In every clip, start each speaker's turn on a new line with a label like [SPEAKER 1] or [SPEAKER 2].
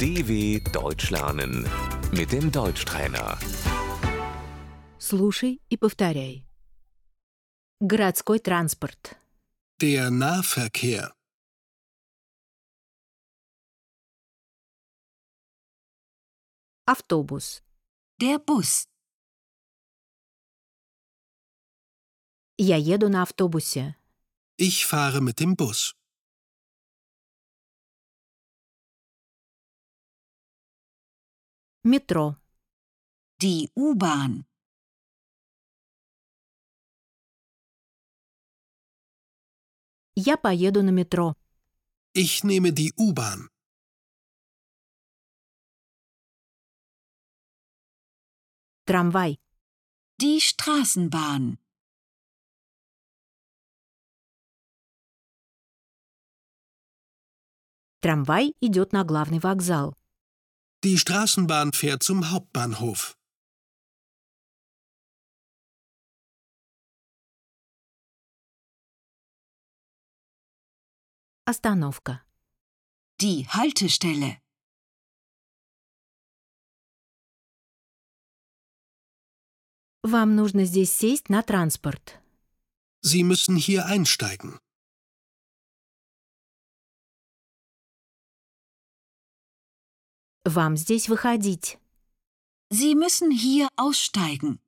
[SPEAKER 1] DW Deutsch lernen mit dem Deutschtrainer.
[SPEAKER 2] Слушай и повторяй. Городской транспорт.
[SPEAKER 3] Der Nahverkehr.
[SPEAKER 2] Автобус.
[SPEAKER 4] Der Bus.
[SPEAKER 2] Я еду на автобусе.
[SPEAKER 3] Ich fahre mit dem Bus.
[SPEAKER 2] Метро.
[SPEAKER 4] Die U-Bahn.
[SPEAKER 2] Я поеду на метро.
[SPEAKER 3] Ich nehme die U-Bahn.
[SPEAKER 2] Трамвай.
[SPEAKER 4] Die Straßenbahn.
[SPEAKER 2] Трамвай идет на главный вокзал.
[SPEAKER 3] Die Straßenbahn fährt zum Hauptbahnhof.
[SPEAKER 2] Остановка.
[SPEAKER 4] Die Haltestelle.
[SPEAKER 2] Вам нужно здесь сесть на транспорт.
[SPEAKER 3] Sie müssen hier einsteigen.
[SPEAKER 2] Вам здесь выходить.
[SPEAKER 4] Sie müssen hier aussteigen.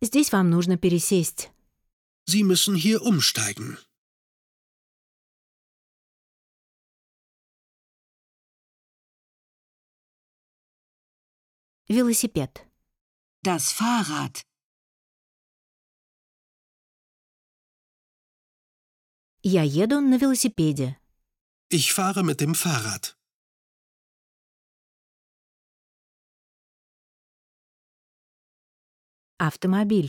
[SPEAKER 2] Здесь вам нужно пересесть.
[SPEAKER 3] Sie müssen hier umsteigen.
[SPEAKER 2] Велосипед.
[SPEAKER 4] Das Fahrrad.
[SPEAKER 2] Я еду на велосипеде.
[SPEAKER 3] Ich fahre mit dem Fahrrad.
[SPEAKER 2] Автомобиль.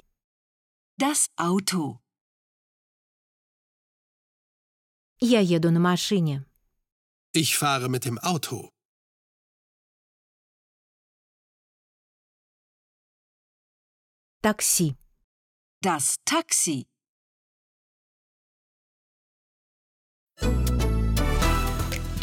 [SPEAKER 4] Das Auto.
[SPEAKER 2] Я еду на машине.
[SPEAKER 3] Ich fahre mit dem Auto.
[SPEAKER 2] Такси.
[SPEAKER 4] Das Taxi.